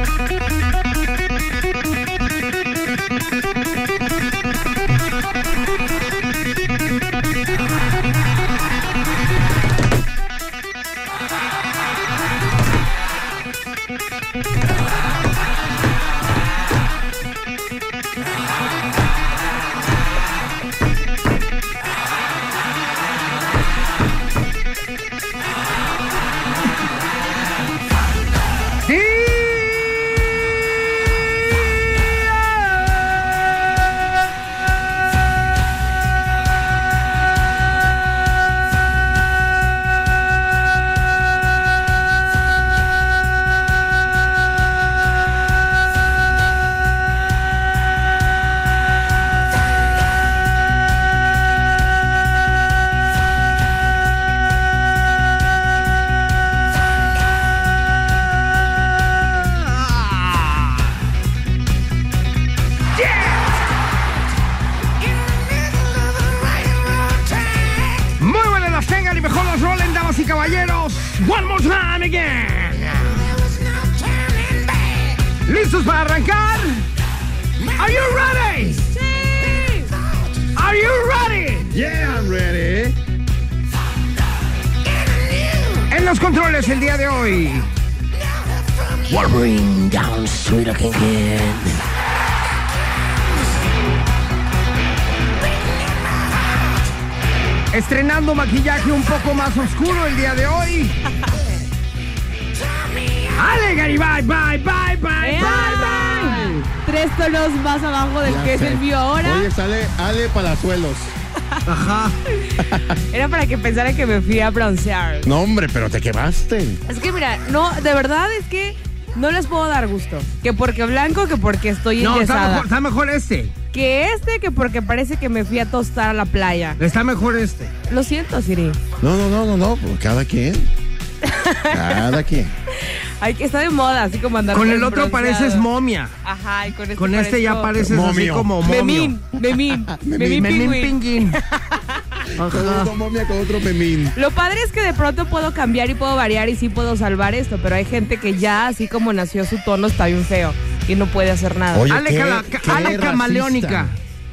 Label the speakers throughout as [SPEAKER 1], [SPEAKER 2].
[SPEAKER 1] Muy buenas las tengan y mejor las rolen, damas y caballeros. One more time again. ¿Listos para arrancar? Are you ready? Are you ready?
[SPEAKER 2] Yeah, I'm ready.
[SPEAKER 1] En los controles el día de hoy.
[SPEAKER 3] Wolverine down sweet looking kid.
[SPEAKER 1] Estrenando maquillaje un poco más oscuro el día de hoy. Ale Garibay, bye, bye, bye, bye, bye.
[SPEAKER 4] Tres tonos más abajo del que es el mío ahora.
[SPEAKER 2] Oye, sale Ale Palazuelos.
[SPEAKER 4] Era para que pensara que me fui a broncear.
[SPEAKER 2] No, hombre, pero te quemaste.
[SPEAKER 4] Es que mira, no, de verdad es que no les puedo dar gusto. Que porque blanco, que porque estoy
[SPEAKER 1] No, está
[SPEAKER 4] enyesada.
[SPEAKER 1] mejor, está mejor este.
[SPEAKER 4] Que este, que porque parece que me fui a tostar a la playa.
[SPEAKER 1] Está mejor este.
[SPEAKER 4] Lo siento, Siri.
[SPEAKER 2] No, no, no, no, no. pues, Cada quien. Cada quien.
[SPEAKER 4] Hay que está de moda, así como andar
[SPEAKER 1] Con el
[SPEAKER 4] bien
[SPEAKER 1] otro
[SPEAKER 4] bronceado.
[SPEAKER 1] pareces momia.
[SPEAKER 4] Ajá, y con este
[SPEAKER 1] Con este ya
[SPEAKER 4] parezco-
[SPEAKER 1] pareces así
[SPEAKER 2] Momio.
[SPEAKER 1] como momio.
[SPEAKER 4] Memín, memín, memín,
[SPEAKER 1] Memín
[SPEAKER 4] pingüín.
[SPEAKER 1] pinguín.
[SPEAKER 2] Con
[SPEAKER 1] Ajá.
[SPEAKER 2] una momia con otro memín.
[SPEAKER 4] Lo padre es que de pronto puedo cambiar y puedo variar y sí puedo salvar esto, pero hay gente que ya así como nació su tono está bien feo y no puede hacer nada.
[SPEAKER 2] Oye,
[SPEAKER 1] Ale
[SPEAKER 2] qué-
[SPEAKER 1] Cala-
[SPEAKER 2] qué
[SPEAKER 1] Ale
[SPEAKER 2] racista.
[SPEAKER 1] Camaleónica.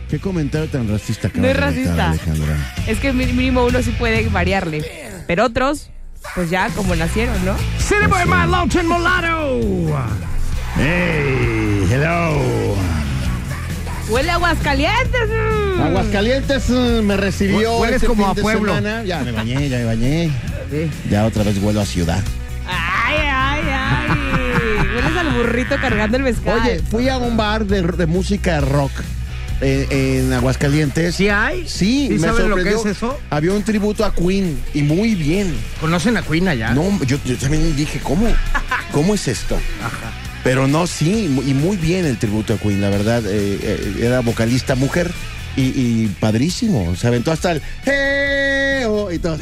[SPEAKER 2] Qué comentario tan racista que
[SPEAKER 4] No
[SPEAKER 2] vas
[SPEAKER 4] es
[SPEAKER 2] a meter,
[SPEAKER 4] racista.
[SPEAKER 2] Alejandra.
[SPEAKER 4] Es que mínimo uno sí puede variarle, pero otros pues ya como nacieron, ¿no?
[SPEAKER 1] Cinema de My Mountain Mulatto.
[SPEAKER 2] Hey, hello.
[SPEAKER 4] Huele a Aguascalientes. mm.
[SPEAKER 2] Aguascalientes eh, me recibió.
[SPEAKER 1] Hue- hueles
[SPEAKER 2] este
[SPEAKER 1] como
[SPEAKER 2] fin
[SPEAKER 1] a
[SPEAKER 2] de
[SPEAKER 1] pueblo.
[SPEAKER 2] semana. Ya me bañé, ya me bañé. Ya otra vez vuelo a ciudad.
[SPEAKER 4] Ay, ay, ay. Hueles al burrito cargando el mezcal.
[SPEAKER 2] Oye, fui a un bar de, de música rock eh, en Aguascalientes.
[SPEAKER 1] ¿Sí hay?
[SPEAKER 2] Sí,
[SPEAKER 1] ¿Sí
[SPEAKER 2] me
[SPEAKER 1] saben lo que
[SPEAKER 2] sorprendió.
[SPEAKER 1] es eso?
[SPEAKER 2] Había un tributo a Queen y muy bien.
[SPEAKER 1] ¿Conocen a Queen allá?
[SPEAKER 2] No, yo, yo también dije, ¿cómo? ¿Cómo es esto? Pero no, sí, y muy bien el tributo a Queen, la verdad. eh, eh, era vocalista mujer y, y padrísimo. Se aventó hasta el hey, oh, y todo.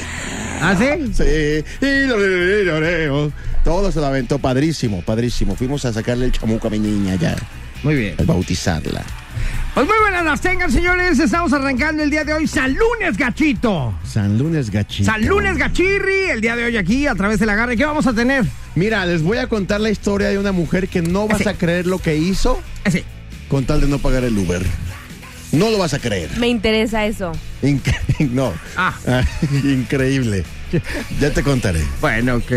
[SPEAKER 1] ¿Ah, sí?
[SPEAKER 2] Sí, y lo- lo- lo- lo- todo se lo aventó padrísimo, padrísimo. Fuimos a sacarle el chamuco a mi niña ya,
[SPEAKER 1] Muy bien.
[SPEAKER 2] al bautizarla.
[SPEAKER 1] Pues muy buenas las tengan, señores. Estamos arrancando el día de hoy. San lunes, gachito.
[SPEAKER 2] San Lunes Gachito.
[SPEAKER 1] San lunes, gachirri. El día de hoy aquí a través del agarre. ¿Qué vamos a tener?
[SPEAKER 2] Mira, les voy a contar la historia de una mujer que no vas
[SPEAKER 1] Ese.
[SPEAKER 2] a creer lo que hizo
[SPEAKER 1] Ese.
[SPEAKER 2] con tal de no pagar el Uber. No lo vas a creer.
[SPEAKER 4] Me interesa eso.
[SPEAKER 2] Incre- no.
[SPEAKER 1] Ah.
[SPEAKER 2] Increíble. Ya te contaré.
[SPEAKER 1] Bueno, ok.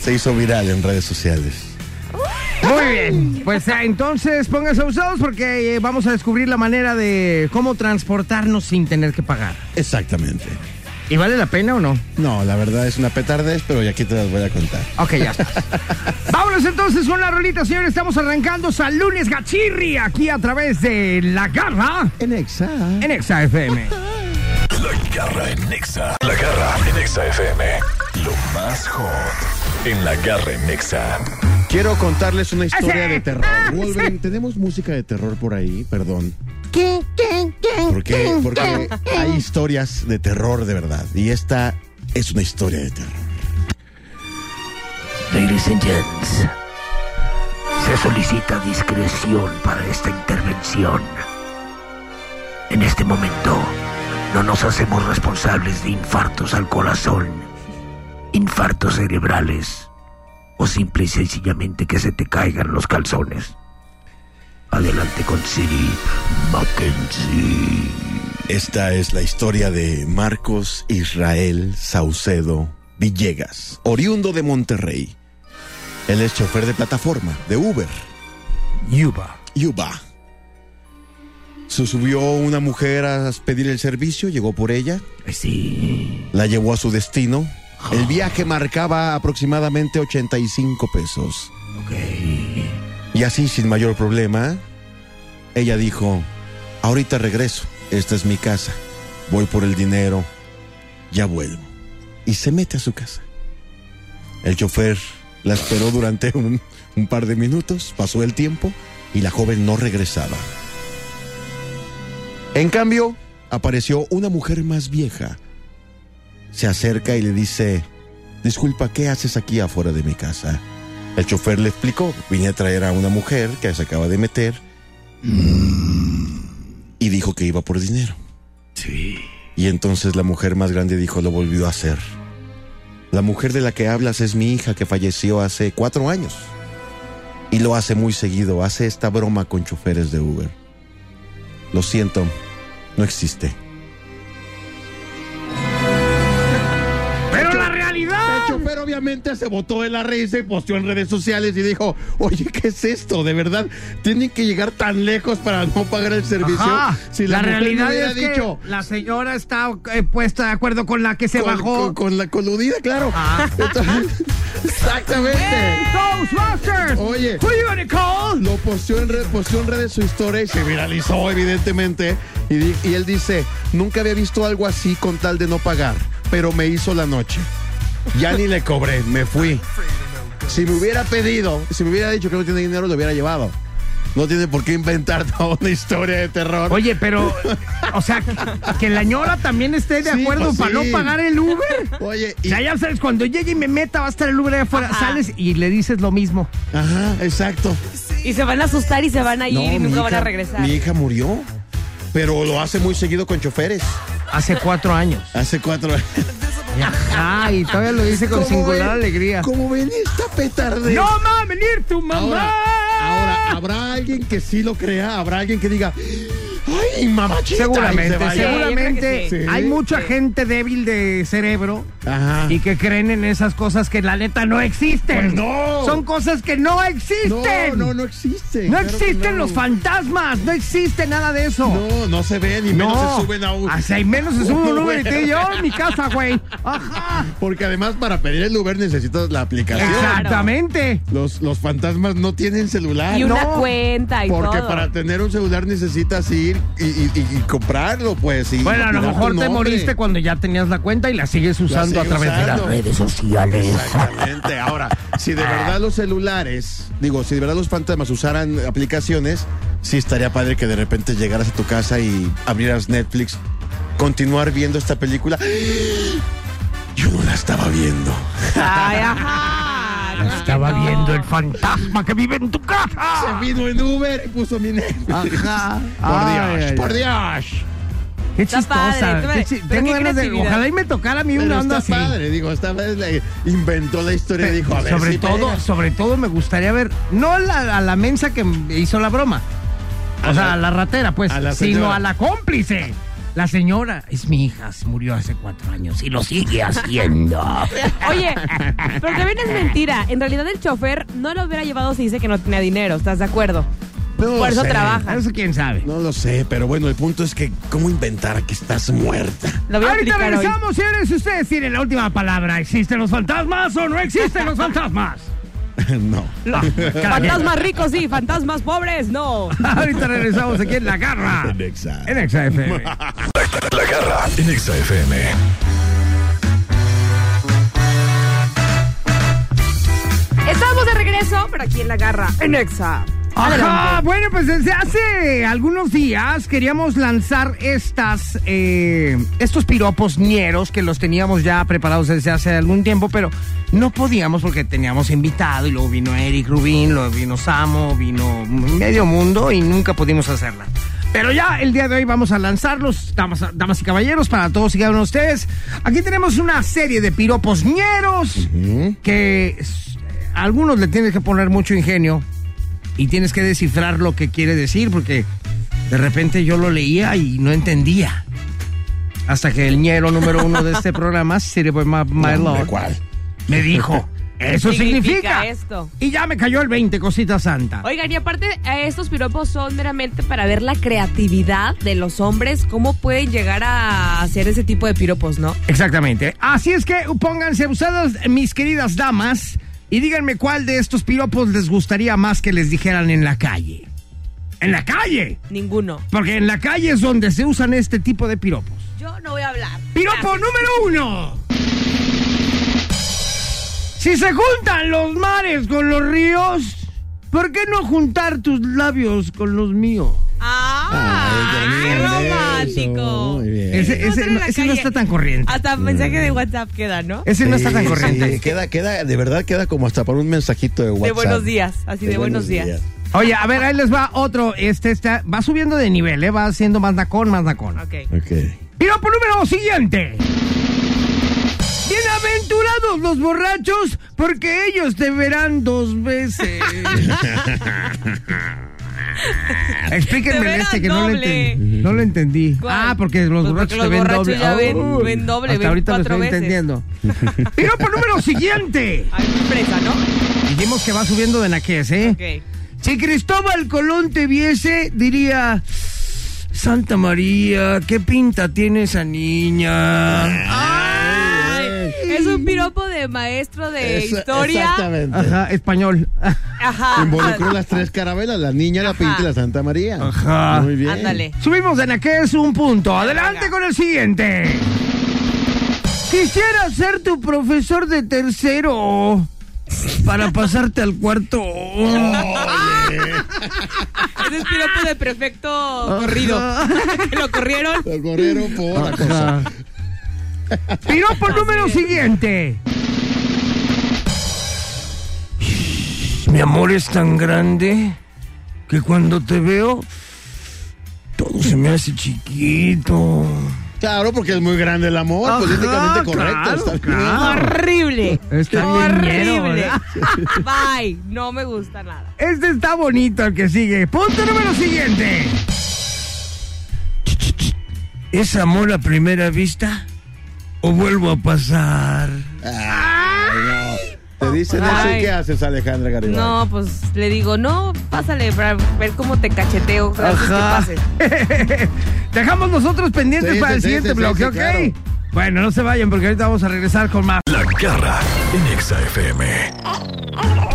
[SPEAKER 2] Se hizo viral en redes sociales.
[SPEAKER 1] Muy Muy bien. Pues ah, entonces pónganse usados porque eh, vamos a descubrir la manera de cómo transportarnos sin tener que pagar.
[SPEAKER 2] Exactamente.
[SPEAKER 1] ¿Y vale la pena o no?
[SPEAKER 2] No, la verdad es una petardez, pero aquí te las voy a contar.
[SPEAKER 1] Ok, ya está. Vámonos entonces con la rolita, señores. Estamos arrancando San Lunes Gachirri aquí a través de La Garra
[SPEAKER 2] En Exa.
[SPEAKER 1] en Exa FM.
[SPEAKER 5] La garra en Nexa. La garra en Nexa FM. Lo más hot en la garra en Nexa.
[SPEAKER 2] Quiero contarles una historia
[SPEAKER 1] Ese.
[SPEAKER 2] de terror.
[SPEAKER 1] Ah,
[SPEAKER 2] Wolverine, tenemos música de terror por ahí, perdón. ¿Por qué? Porque hay historias de terror de verdad. Y esta es una historia de terror.
[SPEAKER 3] Ladies and gents, se solicita discreción para esta intervención. En este momento, no nos hacemos responsables de infartos al corazón, infartos cerebrales o simple y sencillamente que se te caigan los calzones. Adelante con Siri Mackenzie.
[SPEAKER 2] Esta es la historia de Marcos Israel Saucedo Villegas, oriundo de Monterrey. Él es chofer de plataforma, de Uber,
[SPEAKER 1] Yuba.
[SPEAKER 2] Yuba. Se subió una mujer a pedir el servicio, llegó por ella,
[SPEAKER 3] Sí,
[SPEAKER 2] la llevó a su destino. El viaje marcaba aproximadamente 85 pesos.
[SPEAKER 3] ok.
[SPEAKER 2] Y así, sin mayor problema, ella dijo, ahorita regreso, esta es mi casa, voy por el dinero, ya vuelvo. Y se mete a su casa. El chofer la esperó durante un, un par de minutos, pasó el tiempo y la joven no regresaba. En cambio, apareció una mujer más vieja. Se acerca y le dice, disculpa, ¿qué haces aquí afuera de mi casa? El chofer le explicó, vine a traer a una mujer que se acaba de meter y dijo que iba por dinero.
[SPEAKER 3] Sí.
[SPEAKER 2] Y entonces la mujer más grande dijo, lo volvió a hacer. La mujer de la que hablas es mi hija que falleció hace cuatro años. Y lo hace muy seguido, hace esta broma con choferes de Uber. Lo siento, no existe.
[SPEAKER 1] Pero la realidad.
[SPEAKER 2] El chofer obviamente se botó de la risa y posteó en redes sociales y dijo, oye, ¿qué es esto? De verdad, tienen que llegar tan lejos para no pagar el servicio.
[SPEAKER 1] Ajá. la,
[SPEAKER 2] mujer me
[SPEAKER 1] realidad
[SPEAKER 2] hubiera
[SPEAKER 1] es que la señora está eh, puesta de acuerdo con la que se
[SPEAKER 2] con,
[SPEAKER 1] bajó.
[SPEAKER 2] con- con la coludida, claro.
[SPEAKER 4] Ah.
[SPEAKER 2] Entonces, exactamente.
[SPEAKER 1] Ghostbusters.
[SPEAKER 2] Oye.
[SPEAKER 1] Who you gonna call?
[SPEAKER 2] Lo posteó en, red, posteó en redes su historia y se viralizó, evidentemente. Y, di- y él dice, nunca había visto algo así con tal de no pagar, pero me hizo la noche. Ya ni le cobré, me fui. Si me hubiera pedido, si me hubiera dicho que no tiene dinero, lo hubiera llevado. No tiene por qué inventar toda una historia de terror.
[SPEAKER 1] Oye, pero, o sea, que, que la señora también esté de
[SPEAKER 2] Sí,
[SPEAKER 1] acuerdo
[SPEAKER 2] pues,
[SPEAKER 1] para
[SPEAKER 2] sí.
[SPEAKER 1] no pagar el Uber.
[SPEAKER 2] Oye,
[SPEAKER 1] O
[SPEAKER 2] y-
[SPEAKER 1] sea, ya sabes, cuando llegue y me meta, va a estar el Uber allá afuera. Sales y le dices lo mismo.
[SPEAKER 2] ajá, exacto.
[SPEAKER 4] Y se van a asustar y se van a ir
[SPEAKER 2] No,
[SPEAKER 4] y
[SPEAKER 2] mi
[SPEAKER 4] nunca van a
[SPEAKER 2] hija-
[SPEAKER 4] regresar.
[SPEAKER 2] Mi hija murió, pero lo hace muy seguido con choferes.
[SPEAKER 1] Hace cuatro años.
[SPEAKER 2] Hace cuatro años.
[SPEAKER 1] Ajá, y todavía lo dice con singular alegría.
[SPEAKER 2] Como ven esta petarde.
[SPEAKER 1] ¡No va a venir tu mamá!
[SPEAKER 2] Ahora, ahora, habrá alguien que sí lo crea, habrá alguien que diga, ay, mamachita.
[SPEAKER 1] seguramente,
[SPEAKER 2] y se vaya.
[SPEAKER 1] seguramente
[SPEAKER 4] Sí, yo creo que
[SPEAKER 2] sí.
[SPEAKER 1] hay
[SPEAKER 2] Sí.
[SPEAKER 1] mucha gente débil de cerebro
[SPEAKER 2] Ajá.
[SPEAKER 1] y que creen en esas cosas que la neta no existen.
[SPEAKER 2] Pues no.
[SPEAKER 1] Son cosas que no
[SPEAKER 2] no,
[SPEAKER 1] existen.
[SPEAKER 2] no, no existe.
[SPEAKER 1] No
[SPEAKER 2] claro que
[SPEAKER 1] existen
[SPEAKER 2] no.
[SPEAKER 1] los fantasmas, no existe nada de eso.
[SPEAKER 2] No, no se ven y menos
[SPEAKER 1] No.
[SPEAKER 2] se suben a un.
[SPEAKER 1] Así hay menos se suben un Uber y te digo, yo en mi casa, güey. Ajá.
[SPEAKER 2] Porque además para pedir el Uber necesitas la aplicación.
[SPEAKER 1] Exactamente.
[SPEAKER 2] Los, los fantasmas no tienen celular.
[SPEAKER 4] y una
[SPEAKER 1] no,
[SPEAKER 4] cuenta y
[SPEAKER 2] Porque
[SPEAKER 4] todo.
[SPEAKER 2] para tener un celular necesitas ir y, y- y- y comprarlo, pues. y-
[SPEAKER 1] Bueno, a
[SPEAKER 2] y
[SPEAKER 1] lo
[SPEAKER 2] dar tu
[SPEAKER 1] mejor te
[SPEAKER 2] nombre.
[SPEAKER 1] moriste cuando ya tenías la cuenta y la sigues usando a
[SPEAKER 2] sigue
[SPEAKER 1] través de
[SPEAKER 2] usando.
[SPEAKER 1] la
[SPEAKER 3] Redes sociales.
[SPEAKER 2] Exactamente. Ahora, si de verdad los celulares, digo, si de verdad los fantasmas usaran aplicaciones, sí estaría padre que de repente llegaras a tu casa y abrieras Netflix, continuar viendo esta película. Yo no la estaba viendo.
[SPEAKER 4] Ay, ajá. claro que
[SPEAKER 1] Estaba
[SPEAKER 4] no.
[SPEAKER 1] viendo el fantasma que vive en tu casa.
[SPEAKER 2] Se vino en Uber y puso mi Netflix.
[SPEAKER 1] Ajá.
[SPEAKER 2] Por
[SPEAKER 1] Ay,
[SPEAKER 2] Dios,
[SPEAKER 1] ay,
[SPEAKER 2] por
[SPEAKER 1] ay.
[SPEAKER 2] Dios.
[SPEAKER 1] Qué
[SPEAKER 4] Está padre,
[SPEAKER 1] chistosa.
[SPEAKER 4] está
[SPEAKER 1] qué
[SPEAKER 4] padre.
[SPEAKER 1] chi-
[SPEAKER 4] Pero
[SPEAKER 1] Tengo
[SPEAKER 4] qué
[SPEAKER 1] ganas de.
[SPEAKER 4] creatividad.
[SPEAKER 1] Ojalá y me tocara a mí
[SPEAKER 2] Pero
[SPEAKER 1] una onda
[SPEAKER 2] está
[SPEAKER 1] así.
[SPEAKER 2] padre, digo, esta vez le inventó la historia y dijo, a ver,
[SPEAKER 1] sobre
[SPEAKER 2] si
[SPEAKER 1] todo,
[SPEAKER 2] pega.
[SPEAKER 1] sobre todo me gustaría ver no la, a la mensa que hizo la broma, o
[SPEAKER 2] A
[SPEAKER 1] sea,
[SPEAKER 2] la-
[SPEAKER 1] a la ratera, pues,
[SPEAKER 2] a la
[SPEAKER 1] sino
[SPEAKER 2] señora.
[SPEAKER 1] a la cómplice. La señora es mi hija, se murió hace cuatro años y lo sigue haciendo.
[SPEAKER 4] Oye, pero también es mentira. En realidad el chofer no lo hubiera llevado si dice que no tenía dinero, ¿estás de acuerdo?
[SPEAKER 2] No
[SPEAKER 4] Por eso
[SPEAKER 2] sé.
[SPEAKER 4] trabaja.
[SPEAKER 1] Eso quién sabe.
[SPEAKER 2] No lo sé, pero bueno, el punto es que, ¿cómo inventar que estás muerta?
[SPEAKER 4] Lo voy a
[SPEAKER 1] Ahorita
[SPEAKER 4] aplicar hoy.
[SPEAKER 1] regresamos, señores. Ustedes tienen la última palabra. ¿Existen los fantasmas o no existen los fantasmas? Ah,
[SPEAKER 2] no.
[SPEAKER 4] Fantasmas ricos sí, fantasmas pobres no.
[SPEAKER 1] Ahorita regresamos aquí en La Garra.
[SPEAKER 2] En Exa.
[SPEAKER 1] En Exa FM.
[SPEAKER 5] La garra en Exa FM.
[SPEAKER 4] Estamos de regreso, pero aquí en la garra, en Exa.
[SPEAKER 1] Ajá, bueno, pues desde hace algunos días queríamos lanzar estas, eh, estos piropos ñeros que los teníamos ya preparados desde hace algún tiempo, pero no podíamos porque teníamos invitado y luego vino Eric Rubin, luego vino Samo, vino medio mundo y nunca pudimos hacerla. Pero ya el día de hoy vamos a lanzarlos, damas, damas y caballeros, para todos y cada uno de ustedes. Aquí tenemos una serie de piropos ñeros que s- a algunos le tienen que poner mucho ingenio y tienes que descifrar lo que quiere decir porque de repente yo lo leía y no entendía. Hasta que el ñero número uno de este programa, Sir My, My
[SPEAKER 2] ¿De
[SPEAKER 1] Lord,
[SPEAKER 2] cuál?
[SPEAKER 1] me dijo, eso significa,
[SPEAKER 4] Significa esto.
[SPEAKER 1] Y ya me cayó el 20, cosita santa.
[SPEAKER 4] Oigan, y aparte, eh, estos piropos son meramente para ver la creatividad de los hombres, cómo pueden llegar a hacer ese tipo de piropos, ¿no?
[SPEAKER 1] Exactamente. Así es que pónganse usadas, mis queridas damas, y díganme cuál de estos piropos les gustaría más que les dijeran en la calle. ¡En la calle!
[SPEAKER 4] Ninguno.
[SPEAKER 1] Porque en la calle es donde se usan este tipo de piropos.
[SPEAKER 4] Yo no voy a hablar.
[SPEAKER 1] ¡Piropo número uno! Si se juntan los mares con los ríos, ¿por qué no juntar tus labios con los míos?
[SPEAKER 4] ¡Ah!
[SPEAKER 2] Ay,
[SPEAKER 4] ¡Qué
[SPEAKER 2] qué lindo eso.
[SPEAKER 4] romántico!
[SPEAKER 2] Muy bien.
[SPEAKER 1] Ese, ese
[SPEAKER 4] Otra en
[SPEAKER 1] no,
[SPEAKER 4] la
[SPEAKER 1] ese no
[SPEAKER 4] calle.
[SPEAKER 1] está tan corriente.
[SPEAKER 4] Hasta mensaje de WhatsApp queda, ¿no?
[SPEAKER 1] Ese no está tan
[SPEAKER 2] Sí,
[SPEAKER 1] corriente.
[SPEAKER 2] sí, queda, queda, de verdad queda como hasta para un mensajito de WhatsApp.
[SPEAKER 4] De buenos días, así de, buenos días.
[SPEAKER 1] Oye, a ver, ahí les va otro. Este, este va subiendo de nivel, ¿eh? va siendo más nacón, más nacón.
[SPEAKER 4] Ok.
[SPEAKER 2] Ok.
[SPEAKER 1] Piropo número siguiente. Bienaventurados los borrachos, porque ellos te verán dos veces.
[SPEAKER 4] Te
[SPEAKER 1] Explíquenme
[SPEAKER 4] verán
[SPEAKER 1] este que no lo,
[SPEAKER 4] doble.
[SPEAKER 1] entendí. no lo entendí.
[SPEAKER 4] ¿Cuál?
[SPEAKER 1] Ah, porque los
[SPEAKER 4] Pues
[SPEAKER 1] borrachos
[SPEAKER 4] porque los
[SPEAKER 1] te ven
[SPEAKER 4] borrachos
[SPEAKER 1] doble.
[SPEAKER 4] ya ven-
[SPEAKER 1] Uy,
[SPEAKER 4] ven doble,
[SPEAKER 1] hasta
[SPEAKER 4] ven
[SPEAKER 1] ahorita lo
[SPEAKER 4] cuatro
[SPEAKER 1] estoy
[SPEAKER 4] veces.
[SPEAKER 1] entendiendo. Piropo número siguiente.
[SPEAKER 4] A ver, sorpresa, ¿no?
[SPEAKER 1] Dijimos que va subiendo de naqués, ¿eh?
[SPEAKER 4] Ok.
[SPEAKER 1] Si Cristóbal Colón te viese, diría: Santa María, ¿qué pinta tiene esa niña?
[SPEAKER 4] Ay, es un piropo de maestro de
[SPEAKER 2] Eso-
[SPEAKER 4] historia.
[SPEAKER 2] Exactamente.
[SPEAKER 1] Ajá, español.
[SPEAKER 4] Ajá.
[SPEAKER 2] Involucró las tres carabelas, la niña, la pinta y la Santa María.
[SPEAKER 1] Ajá.
[SPEAKER 2] Muy bien.
[SPEAKER 4] Ándale.
[SPEAKER 1] Subimos de naqués un punto. Adelante con el siguiente. Quisiera ser tu profesor de tercero para pasarte al cuarto.
[SPEAKER 4] Ese es piropo de perfecto corrido. Que lo corrieron.
[SPEAKER 2] Lo corrieron por la cosa.
[SPEAKER 1] Ajá. Piropo número siguiente. Mi amor es tan grande que cuando te veo todo se me hace chiquito.
[SPEAKER 2] Claro, porque es muy grande el amor,
[SPEAKER 1] Ajá,
[SPEAKER 2] políticamente
[SPEAKER 1] claro,
[SPEAKER 2] correcto. está bien.
[SPEAKER 1] claro.
[SPEAKER 4] Horrible.
[SPEAKER 1] Está Este bien ñero,
[SPEAKER 4] Horrible.
[SPEAKER 1] ¿verdad?
[SPEAKER 4] Bye. No me gusta nada.
[SPEAKER 1] Este está bonito el que sigue. Punto número siguiente. ¿Es amor a primera vista? ¿O vuelvo a pasar?
[SPEAKER 2] Ay, no. Te dicen eso
[SPEAKER 4] Ay.
[SPEAKER 2] y ¿qué haces, Alejandra Garibaldi?
[SPEAKER 4] No, pues le digo, no, pásale para ver cómo te cacheteo. Gracias que pases.
[SPEAKER 1] Dejamos nosotros pendientes
[SPEAKER 2] Sí,
[SPEAKER 1] para
[SPEAKER 2] sí,
[SPEAKER 1] el
[SPEAKER 2] sí,
[SPEAKER 1] siguiente
[SPEAKER 2] sí, sí,
[SPEAKER 1] bloque,
[SPEAKER 2] sí,
[SPEAKER 1] ¿ok?
[SPEAKER 2] claro.
[SPEAKER 1] Bueno, no se vayan porque ahorita vamos a regresar con más.
[SPEAKER 5] La garra en Exa FM.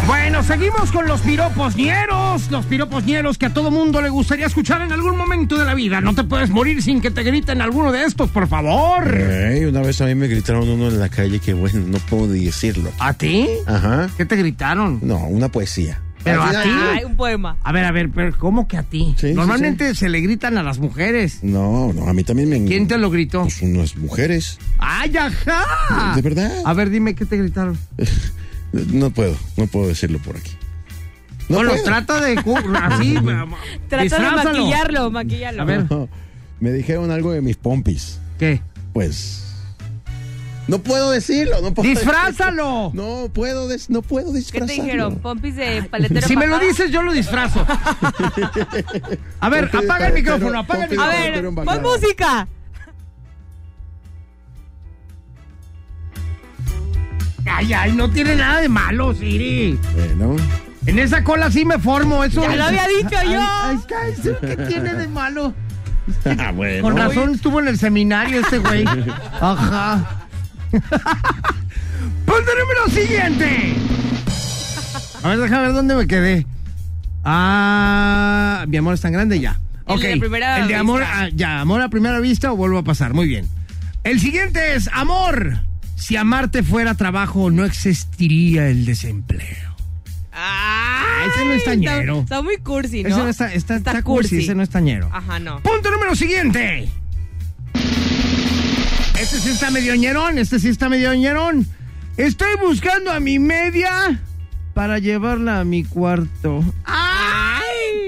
[SPEAKER 1] Bueno, seguimos con los piropos ñeros. Los piropos ñeros que a todo mundo le gustaría escuchar en algún momento de la vida. No te puedes morir sin que te griten alguno de estos, por favor.
[SPEAKER 2] Ay, una vez a mí me gritaron uno en la calle que, bueno, no puedo ni decirlo.
[SPEAKER 1] ¿A ti?
[SPEAKER 2] Ajá.
[SPEAKER 1] ¿Qué te gritaron?
[SPEAKER 2] No, una poesía.
[SPEAKER 1] Pero
[SPEAKER 2] Al
[SPEAKER 1] a ti.
[SPEAKER 4] Ay, un poema.
[SPEAKER 1] A ver, a ver, pero ¿cómo que a ti?
[SPEAKER 2] Sí, sí,
[SPEAKER 1] Normalmente se le gritan a las mujeres.
[SPEAKER 2] No, no, a mí también me.
[SPEAKER 1] ¿Quién te lo gritó?
[SPEAKER 2] Pues unas mujeres.
[SPEAKER 1] ¡Ay,
[SPEAKER 4] Ah.
[SPEAKER 1] ajá!
[SPEAKER 2] ¿De verdad?
[SPEAKER 1] A ver, dime qué te gritaron.
[SPEAKER 2] No puedo, no puedo decirlo por aquí.
[SPEAKER 1] No, los
[SPEAKER 2] puedo.
[SPEAKER 1] trata de cu- así.
[SPEAKER 4] Trata de
[SPEAKER 1] disfrázalo.
[SPEAKER 4] maquillarlo, maquillarlo.
[SPEAKER 1] A ver,
[SPEAKER 2] No, me dijeron algo de mis pompis.
[SPEAKER 1] ¿qué?
[SPEAKER 2] Pues. No puedo decirlo, no puedo.
[SPEAKER 1] ¡Disfrázalo!
[SPEAKER 2] No puedo, des- no puedo
[SPEAKER 4] ¿Qué
[SPEAKER 2] disfrazarlo.
[SPEAKER 4] te dijeron? ¿Pompis de paletero
[SPEAKER 1] Si me lo
[SPEAKER 4] papá?
[SPEAKER 1] dices, yo lo disfrazo. A ver,
[SPEAKER 2] Pompis de
[SPEAKER 1] apaga el
[SPEAKER 2] paletero,
[SPEAKER 1] micrófono, apaga el
[SPEAKER 2] pompis de
[SPEAKER 1] micrófono.
[SPEAKER 4] A ver,
[SPEAKER 2] Paletero en
[SPEAKER 4] pon
[SPEAKER 2] bacalao.
[SPEAKER 4] música.
[SPEAKER 1] Ay, ay, no tiene nada de malo, Siri.
[SPEAKER 2] Bueno.
[SPEAKER 1] En esa cola sí me formo, eso.
[SPEAKER 4] Ya lo había dicho
[SPEAKER 1] Ay,
[SPEAKER 4] yo.
[SPEAKER 1] Ay, ay, sí, ¿qué tiene de malo?
[SPEAKER 2] Ah, bueno.
[SPEAKER 1] Con razón estuvo en el seminario este güey. Ajá. Punto número siguiente. A ver, déjame ver dónde me quedé. Ah, mi amor es tan grande ya.
[SPEAKER 4] El
[SPEAKER 1] Ok.
[SPEAKER 4] de primera
[SPEAKER 1] El de
[SPEAKER 4] vista.
[SPEAKER 1] amor, a- ya, amor a primera vista o vuelvo a pasar. Muy bien. El siguiente es amor. Si amarte fuera trabajo, no existiría el desempleo.
[SPEAKER 4] Ay,
[SPEAKER 1] Ese no es tañero.
[SPEAKER 4] Está, está muy cursi, ¿no?
[SPEAKER 1] Ese no está, está, está cursi, ese no es tañero.
[SPEAKER 4] Ajá, no.
[SPEAKER 1] Punto número siguiente. Este sí está medio ñerón, este sí está medio ñerón. Estoy buscando a mi media para llevarla a mi cuarto.
[SPEAKER 4] ¡Ay!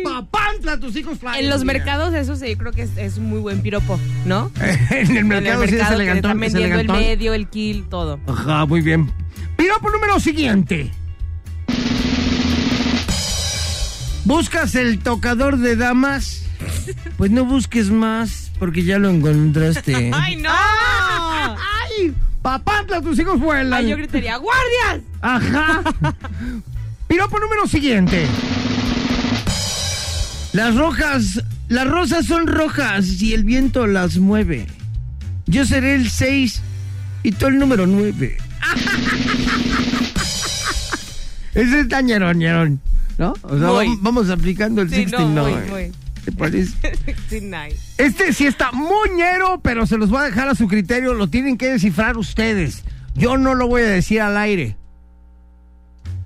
[SPEAKER 1] ¡Papantla, tus hijos flyers,
[SPEAKER 4] En los
[SPEAKER 1] mira.
[SPEAKER 4] mercados eso sí creo que es, es un muy buen piropo, ¿no?
[SPEAKER 1] en el mercado,
[SPEAKER 4] en el mercado
[SPEAKER 1] sí es
[SPEAKER 4] que
[SPEAKER 1] elegantón.
[SPEAKER 4] te
[SPEAKER 1] es
[SPEAKER 4] están vendiendo el
[SPEAKER 1] elegantón.
[SPEAKER 4] medio, el kill, todo.
[SPEAKER 1] Ajá, muy bien. Piropo número siguiente. ¿Buscas el tocador de damas? Pues no busques más, porque ya lo encontraste.
[SPEAKER 4] ¡Ay, no!
[SPEAKER 1] ¡Ay! ¡Papantla, tus hijos vuelan!
[SPEAKER 4] Ay, yo gritaría, ¡guardias!
[SPEAKER 1] Ajá. Piropo número siguiente. Las rojas, las rosas son rojas y el viento las mueve. Yo seré el 6 y tú el número 9. Ese está ñerón, ñerón. ¿No? O sea,
[SPEAKER 4] Muy.
[SPEAKER 1] vam- vamos aplicando el
[SPEAKER 4] Sí,
[SPEAKER 1] 69.
[SPEAKER 4] no, muy, muy.
[SPEAKER 1] ¿Te parece?
[SPEAKER 4] sí, nice.
[SPEAKER 1] Este sí está muñero, pero se los voy a dejar a su criterio. Lo tienen que descifrar ustedes. Yo no lo voy a decir al aire.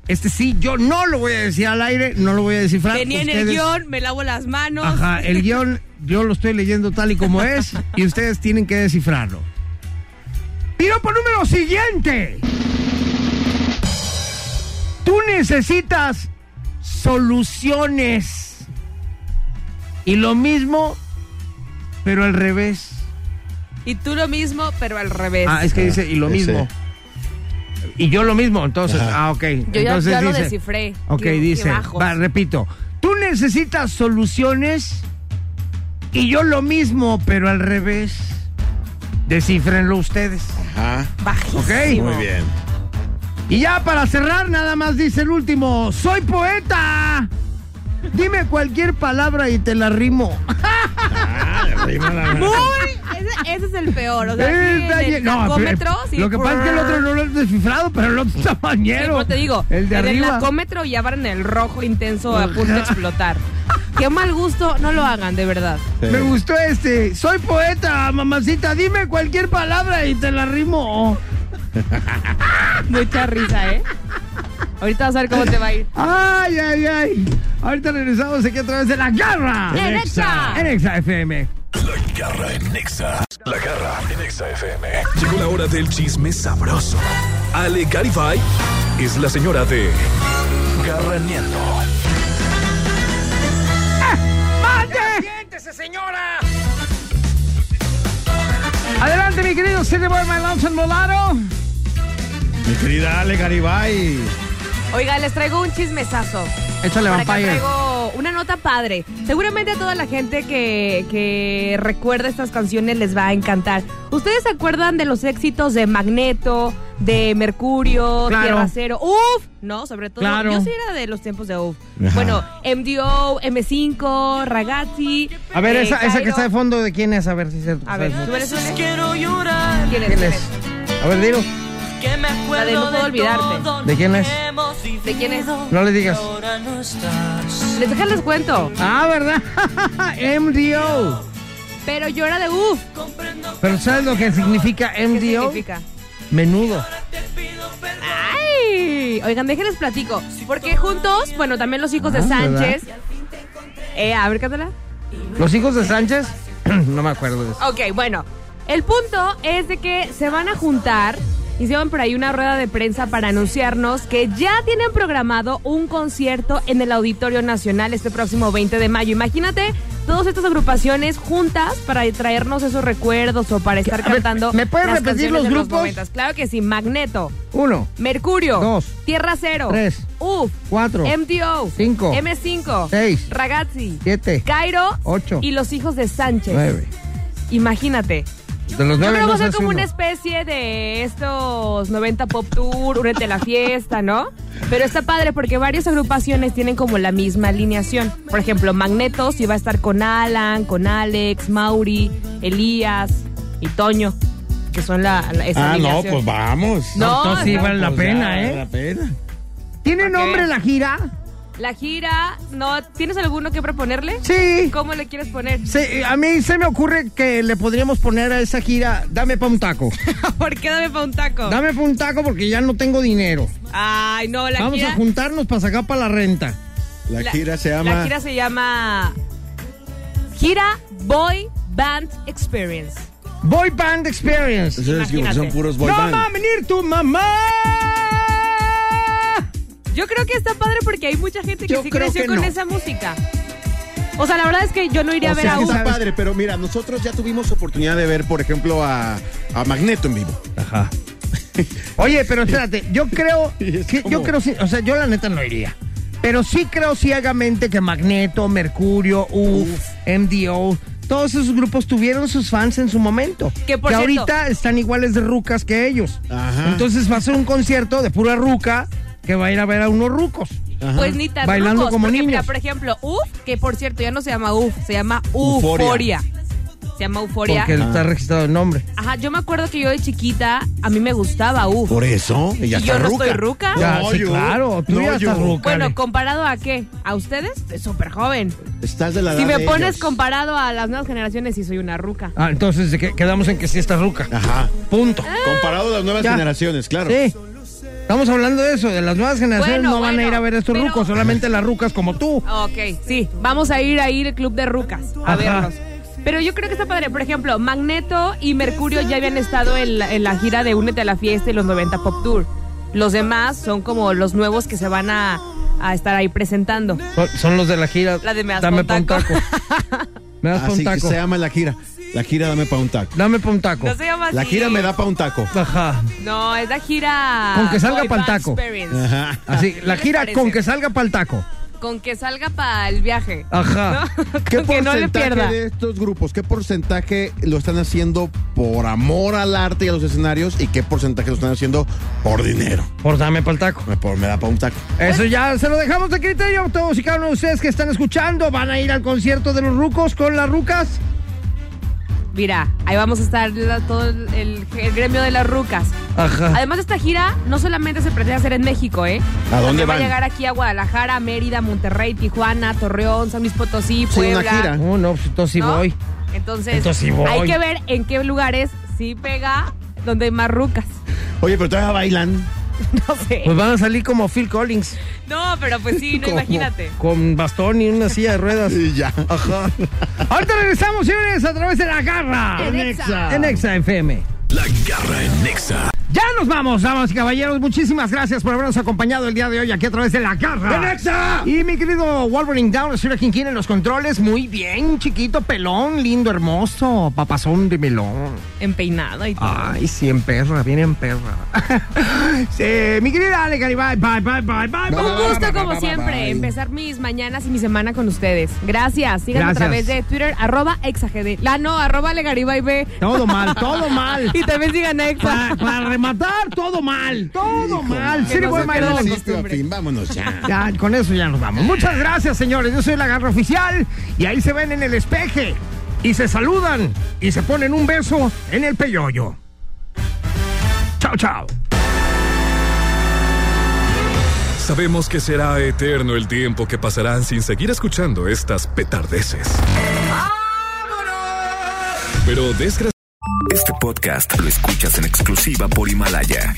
[SPEAKER 1] Este sí, yo no lo voy a decir al aire, no lo voy a descifrar.
[SPEAKER 4] Venía en el
[SPEAKER 1] Ustedes-
[SPEAKER 4] guión, me lavo las manos.
[SPEAKER 1] Ajá, el guión yo lo estoy leyendo tal y como es y ustedes tienen que descifrarlo. Piropo número siguiente. Tú necesitas soluciones. Y lo mismo, pero al revés.
[SPEAKER 4] Y tú lo mismo, pero al revés.
[SPEAKER 1] Ah, es que dice, y lo
[SPEAKER 2] ese.
[SPEAKER 1] mismo. Y yo lo mismo, entonces.
[SPEAKER 2] Ajá.
[SPEAKER 1] Ah, ok.
[SPEAKER 4] yo ya,
[SPEAKER 1] entonces
[SPEAKER 4] ya lo
[SPEAKER 1] dice-
[SPEAKER 4] descifré.
[SPEAKER 1] Ok,
[SPEAKER 4] Qué- qué
[SPEAKER 1] dice,
[SPEAKER 4] bajos.
[SPEAKER 1] va, repito, tú necesitas soluciones y yo lo mismo, pero al revés. Descífrenlo ustedes.
[SPEAKER 2] Ajá.
[SPEAKER 4] Bajísimo.
[SPEAKER 1] Ok.
[SPEAKER 2] Muy bien.
[SPEAKER 1] Y ya para cerrar, nada más dice el último, soy poeta. Dime cualquier palabra y te la rimo.
[SPEAKER 4] Muy. Ese, ese es el peor. O sea, aquí
[SPEAKER 1] Está
[SPEAKER 4] en
[SPEAKER 1] lle-
[SPEAKER 4] el
[SPEAKER 1] no,
[SPEAKER 4] narcómetro,
[SPEAKER 1] pero-
[SPEAKER 4] sí.
[SPEAKER 1] lo que pasa es que el otro no lo has descifrado, pero el otro está
[SPEAKER 4] Sí,
[SPEAKER 1] mañero.
[SPEAKER 4] como te digo,
[SPEAKER 1] el de
[SPEAKER 4] en el
[SPEAKER 1] arriba.
[SPEAKER 4] lacómetro ya van en el rojo intenso a punto de explotar. Qué mal gusto, no lo hagan, de verdad.
[SPEAKER 1] Me gustó este. Soy poeta, mamacita. Dime cualquier palabra y te la rimo.
[SPEAKER 4] Mucha risa, ¿eh? Ahorita vas a ver cómo te va a ir.
[SPEAKER 1] Ay, ay, ay. Ahorita regresamos aquí a través de la garra.
[SPEAKER 4] En Exa.
[SPEAKER 1] En Exa FM.
[SPEAKER 5] Garra en Nexa. La garra en Nexa FM. Llegó la hora del chisme sabroso. Ale Garifay es la señora de Garraneando.
[SPEAKER 1] ¡Mate! señora! Adelante, mi querido City Boy, my love and Molaro.
[SPEAKER 2] Mi querida Ale Garibay.
[SPEAKER 4] Oiga, les traigo un chismesazo.
[SPEAKER 1] Échale,
[SPEAKER 4] Por acá
[SPEAKER 1] vampire.
[SPEAKER 4] traigo una nota padre. Seguramente a toda la gente que, que recuerda estas canciones les va a encantar. ¿Ustedes se acuerdan de los éxitos de Magneto, de Mercurio,
[SPEAKER 1] Claro.
[SPEAKER 4] Tierra Cero? ¡Uf! No, sobre todo.
[SPEAKER 1] Claro.
[SPEAKER 4] Yo sí era de los tiempos de Uf.
[SPEAKER 2] Ajá.
[SPEAKER 4] Bueno, MDO, M5, Ragazzi.
[SPEAKER 1] A ver,
[SPEAKER 4] eh,
[SPEAKER 1] esa, esa que
[SPEAKER 4] Cairo.
[SPEAKER 1] está de fondo, ¿de quién es? A ver si es cierto.
[SPEAKER 4] A ver,
[SPEAKER 1] ¿sabes?
[SPEAKER 4] súbele, súbele. ¿Quién es?
[SPEAKER 1] ¿Quién
[SPEAKER 4] ¿Quién
[SPEAKER 1] es?
[SPEAKER 4] es?
[SPEAKER 1] A ver, dilo.
[SPEAKER 4] La de no puedo olvidarte.
[SPEAKER 1] ¿De quién es?
[SPEAKER 4] ¿De quién es?
[SPEAKER 1] No le digas.
[SPEAKER 4] Les dejo les cuento.
[SPEAKER 1] Ah, ¿verdad? MDO.
[SPEAKER 4] Pero yo era de Uf.
[SPEAKER 1] ¿Pero sabes lo que significa MDO?
[SPEAKER 4] ¿Qué significa?
[SPEAKER 1] Menudo.
[SPEAKER 4] ¡Ay! Oigan, déjenles platico. Porque juntos, bueno, también los hijos de
[SPEAKER 1] Ah,
[SPEAKER 4] Sánchez. Eh, a ver, cántala.
[SPEAKER 1] ¿Los hijos de Sánchez? no me acuerdo de eso.
[SPEAKER 4] Ok, bueno. El punto es de que se van a juntar. Hicieron por ahí una rueda de prensa para anunciarnos que ya tienen programado un concierto en el Auditorio Nacional este próximo 20 de mayo. Imagínate todas estas agrupaciones juntas para traernos esos recuerdos o para estar
[SPEAKER 1] A ver,
[SPEAKER 4] cantando.
[SPEAKER 1] ¿me puedes
[SPEAKER 4] las
[SPEAKER 1] repetir
[SPEAKER 4] canciones
[SPEAKER 1] los
[SPEAKER 4] de
[SPEAKER 1] grupos?
[SPEAKER 4] noventas. claro que sí, Magneto.
[SPEAKER 1] Uno,
[SPEAKER 4] Mercurio.
[SPEAKER 1] Dos.
[SPEAKER 4] Tierra Cero.
[SPEAKER 1] Tres.
[SPEAKER 4] Uf.
[SPEAKER 1] cuatro,
[SPEAKER 4] MTO.
[SPEAKER 1] Cinco.
[SPEAKER 4] M5.
[SPEAKER 1] Seis.
[SPEAKER 4] Ragazzi.
[SPEAKER 1] siete,
[SPEAKER 4] Cairo.
[SPEAKER 1] Ocho.
[SPEAKER 4] Y los hijos de Sánchez.
[SPEAKER 1] nueve.
[SPEAKER 4] Imagínate.
[SPEAKER 1] De los
[SPEAKER 4] Yo
[SPEAKER 1] nueve
[SPEAKER 4] creo que va
[SPEAKER 1] no
[SPEAKER 4] a
[SPEAKER 1] se
[SPEAKER 4] ser
[SPEAKER 1] hace
[SPEAKER 4] como
[SPEAKER 1] uno.
[SPEAKER 4] una especie de estos 90 Pop Tour, Únete a la fiesta, ¿no? Pero está padre porque varias agrupaciones tienen como la misma alineación. Por ejemplo, Magnetos iba a estar con Alan, con Alex, Mauri, Elías y Toño, que son la, la- esa
[SPEAKER 6] Ah, no,
[SPEAKER 4] alineación.
[SPEAKER 6] pues vamos.
[SPEAKER 4] No,
[SPEAKER 1] Entonces sí
[SPEAKER 4] no.
[SPEAKER 1] vale la
[SPEAKER 6] Pues
[SPEAKER 1] pena,
[SPEAKER 6] ya,
[SPEAKER 1] ¿eh?
[SPEAKER 6] vale La pena.
[SPEAKER 1] ¿Tiene
[SPEAKER 4] Ok.
[SPEAKER 1] nombre la gira?
[SPEAKER 4] La gira, no, ¿tienes alguno que proponerle?
[SPEAKER 1] Sí.
[SPEAKER 4] ¿Cómo le quieres poner?
[SPEAKER 1] Se- a mí se me ocurre que le podríamos poner a esa gira, dame pa' un taco.
[SPEAKER 4] ¿Por qué dame pa' un taco?
[SPEAKER 1] Dame pa' un taco porque ya no tengo dinero.
[SPEAKER 4] Ay, no, la
[SPEAKER 1] Vamos
[SPEAKER 4] gira.
[SPEAKER 1] a juntarnos para sacar para la renta.
[SPEAKER 2] La, gira se llama.
[SPEAKER 4] La gira se llama. Gira Boy Band Experience.
[SPEAKER 1] Boy Band Experience.
[SPEAKER 2] Entonces, que
[SPEAKER 4] Imagínate.
[SPEAKER 2] son puros boy
[SPEAKER 1] no
[SPEAKER 2] band.
[SPEAKER 1] va a venir tu mamá.
[SPEAKER 4] Yo creo que está padre porque hay mucha gente que
[SPEAKER 1] Yo
[SPEAKER 4] sí
[SPEAKER 1] creo
[SPEAKER 4] creció
[SPEAKER 1] que
[SPEAKER 4] con
[SPEAKER 1] no.
[SPEAKER 4] esa música. O sea, la verdad es que yo no iría
[SPEAKER 2] O
[SPEAKER 4] a ver
[SPEAKER 2] sea,
[SPEAKER 4] a
[SPEAKER 2] que
[SPEAKER 4] uno.
[SPEAKER 2] está padre, pero mira, nosotros ya tuvimos oportunidad de ver, por ejemplo, a, a Magneto en vivo.
[SPEAKER 6] Ajá.
[SPEAKER 1] Oye, pero espérate, yo creo
[SPEAKER 2] Y es
[SPEAKER 1] que
[SPEAKER 2] como-
[SPEAKER 1] yo creo sí- o sea, yo la neta no iría. Pero sí creo ciegamente que Magneto, Mercurio, UF, MDO, todos esos grupos tuvieron sus fans en su momento.
[SPEAKER 4] Que por cierto-
[SPEAKER 1] ahorita están iguales de rucas que ellos.
[SPEAKER 2] Ajá.
[SPEAKER 1] Entonces va a ser un concierto de pura ruca que va a ir a ver a unos rucos.
[SPEAKER 4] Pues ni tan
[SPEAKER 1] Bailando
[SPEAKER 4] rucos,
[SPEAKER 1] como
[SPEAKER 4] porque, mira,
[SPEAKER 1] niños.
[SPEAKER 4] por ejemplo, UF, que por cierto ya no se llama UF, se llama Euforia. Se llama Euforia.
[SPEAKER 1] Porque
[SPEAKER 2] Ah.
[SPEAKER 1] está registrado el nombre.
[SPEAKER 4] Ajá, yo me acuerdo que yo de chiquita, a mí me gustaba UF.
[SPEAKER 2] Por eso, ella
[SPEAKER 4] ¿Y
[SPEAKER 2] está
[SPEAKER 4] yo no
[SPEAKER 2] ruca.
[SPEAKER 4] estoy ruca?
[SPEAKER 1] Ya, sí,
[SPEAKER 2] yo-
[SPEAKER 1] claro, tú
[SPEAKER 2] no,
[SPEAKER 1] ya estás
[SPEAKER 2] yo-
[SPEAKER 1] ruca.
[SPEAKER 4] Bueno,
[SPEAKER 1] Dale.
[SPEAKER 4] comparado a qué? ¿A ustedes? Estoy súper joven.
[SPEAKER 2] Estás de la edad
[SPEAKER 4] Si me
[SPEAKER 2] de
[SPEAKER 4] pones
[SPEAKER 2] ellos.
[SPEAKER 4] comparado a las nuevas generaciones, sí soy una ruca.
[SPEAKER 1] Ah, entonces ¿de qué- quedamos en que sí está ruca.
[SPEAKER 2] Ajá.
[SPEAKER 1] Punto.
[SPEAKER 2] Ah,
[SPEAKER 4] Ah.
[SPEAKER 2] Comparado a las nuevas
[SPEAKER 1] Ya.
[SPEAKER 2] generaciones, claro.
[SPEAKER 1] Sí. Estamos hablando de eso, de las nuevas generaciones
[SPEAKER 4] Bueno,
[SPEAKER 1] no van a
[SPEAKER 4] bueno,
[SPEAKER 1] ir a ver a estos
[SPEAKER 4] pero-
[SPEAKER 1] rucos, solamente las rucas como tú.
[SPEAKER 4] Ok, sí, vamos a ir ahí al club de rucas a
[SPEAKER 1] Ajá.
[SPEAKER 4] verlos. Pero yo creo que está padre. Por ejemplo, Magneto y Mercurio ya habían estado en la, en la gira de Únete a la Fiesta y los 90 Pop Tour. Los demás son como los nuevos que se van a, a estar ahí presentando.
[SPEAKER 1] Son, son los de la gira.
[SPEAKER 4] La de me das
[SPEAKER 1] Dame
[SPEAKER 4] pa' un
[SPEAKER 1] pa' un
[SPEAKER 4] taco.
[SPEAKER 1] me das pa' un
[SPEAKER 2] Así que
[SPEAKER 1] taco.
[SPEAKER 2] se llama la gira. La gira dame pa' un taco.
[SPEAKER 1] Dame pa' un taco.
[SPEAKER 4] No se llama
[SPEAKER 2] La
[SPEAKER 4] así.
[SPEAKER 2] gira me da pa' un taco.
[SPEAKER 1] Ajá.
[SPEAKER 4] No, es la gira.
[SPEAKER 1] Con que salga
[SPEAKER 4] Boy
[SPEAKER 1] pa'l
[SPEAKER 4] Band
[SPEAKER 1] taco.
[SPEAKER 4] Experience.
[SPEAKER 2] Ajá.
[SPEAKER 1] Así, la
[SPEAKER 4] les
[SPEAKER 1] gira
[SPEAKER 4] parece?
[SPEAKER 1] con que salga pa'l taco.
[SPEAKER 4] Con que salga para el viaje.
[SPEAKER 1] Ajá.
[SPEAKER 4] ¿No? Con que no le pierda.
[SPEAKER 2] Ah. de estos grupos, qué porcentaje lo están haciendo por amor al arte y a los escenarios y qué porcentaje lo están haciendo por dinero?
[SPEAKER 1] Por dame pa'l taco.
[SPEAKER 4] Pues-
[SPEAKER 2] Me, por- me da pa' un taco.
[SPEAKER 1] Eso ya se lo dejamos de criterio. Todos y cada uno de ustedes que están escuchando van a ir al concierto de los rucos con las rucas.
[SPEAKER 4] Mira, ahí vamos a estar la- todo el, el- el gremio de las rucas.
[SPEAKER 2] Ah.
[SPEAKER 1] Ajá.
[SPEAKER 4] Además, esta gira no solamente se pretende hacer en México, ¿eh?
[SPEAKER 2] ¿A dónde
[SPEAKER 4] También va a
[SPEAKER 2] van?
[SPEAKER 4] llegar aquí a Guadalajara, Mérida, Monterrey, Tijuana, Torreón, San Luis Potosí,
[SPEAKER 2] Sí, una
[SPEAKER 4] Puebla.
[SPEAKER 2] gira.
[SPEAKER 1] Oh, no, pues entonces sí
[SPEAKER 4] ¿no?
[SPEAKER 1] voy.
[SPEAKER 4] Entonces,
[SPEAKER 1] Entonces sí voy.
[SPEAKER 4] hay que ver en qué lugares sí pega donde hay más rucas.
[SPEAKER 2] Oye, pero todavía bailan.
[SPEAKER 4] No sé.
[SPEAKER 1] Pues van a salir como Phil Collins,
[SPEAKER 4] No, pero pues sí, no
[SPEAKER 2] ¿Cómo?
[SPEAKER 4] imagínate.
[SPEAKER 1] con bastón y una silla de ruedas.
[SPEAKER 2] Y ya.
[SPEAKER 1] Ajá. Ahorita regresamos, señores, a través de la garra.
[SPEAKER 4] En Exa.
[SPEAKER 1] En Exa FM.
[SPEAKER 5] La garra en Nexa.
[SPEAKER 1] Ya nos vamos, damas y caballeros. Muchísimas gracias por habernos acompañado el día de hoy aquí a través de la garra. Y mi querido Wolverine Down, Sir King King en los controles. Muy bien, chiquito, pelón, lindo, hermoso. Papazón de melón.
[SPEAKER 4] Empeinado
[SPEAKER 2] Ah,
[SPEAKER 4] y todo.
[SPEAKER 1] Ay, sí, en perra, bien en perra. sí, mi querida Ale Garibay, bye, bye, bye, bye, bye.
[SPEAKER 4] Un gusto, como
[SPEAKER 2] bye,
[SPEAKER 4] siempre,
[SPEAKER 2] bye.
[SPEAKER 4] empezar mis mañanas y mi semana con ustedes. Gracias. Síganme a
[SPEAKER 1] Gracias.
[SPEAKER 4] través de Twitter, arroba exagd. La no, arroba legariba y ve.
[SPEAKER 1] Todo mal, todo mal.
[SPEAKER 4] Y también sigan a Exa.
[SPEAKER 1] Para, para rematar, todo mal, todo mal.
[SPEAKER 4] Que
[SPEAKER 1] Siri
[SPEAKER 4] no se
[SPEAKER 1] Boy
[SPEAKER 4] pierda
[SPEAKER 1] Maidón.
[SPEAKER 4] la
[SPEAKER 2] Principio a
[SPEAKER 4] costumbre.
[SPEAKER 2] fin, vámonos ya.
[SPEAKER 1] Ya, con eso ya nos vamos. Muchas gracias, señores. Yo soy la garra oficial y ahí se ven en el espeje y se saludan y se ponen un beso en el peyoyo. Chao, chao.
[SPEAKER 5] Sabemos que será eterno el tiempo que pasarán sin seguir escuchando estas petardeces. Pero desgraciadamente. Este podcast lo escuchas en exclusiva por Himalaya.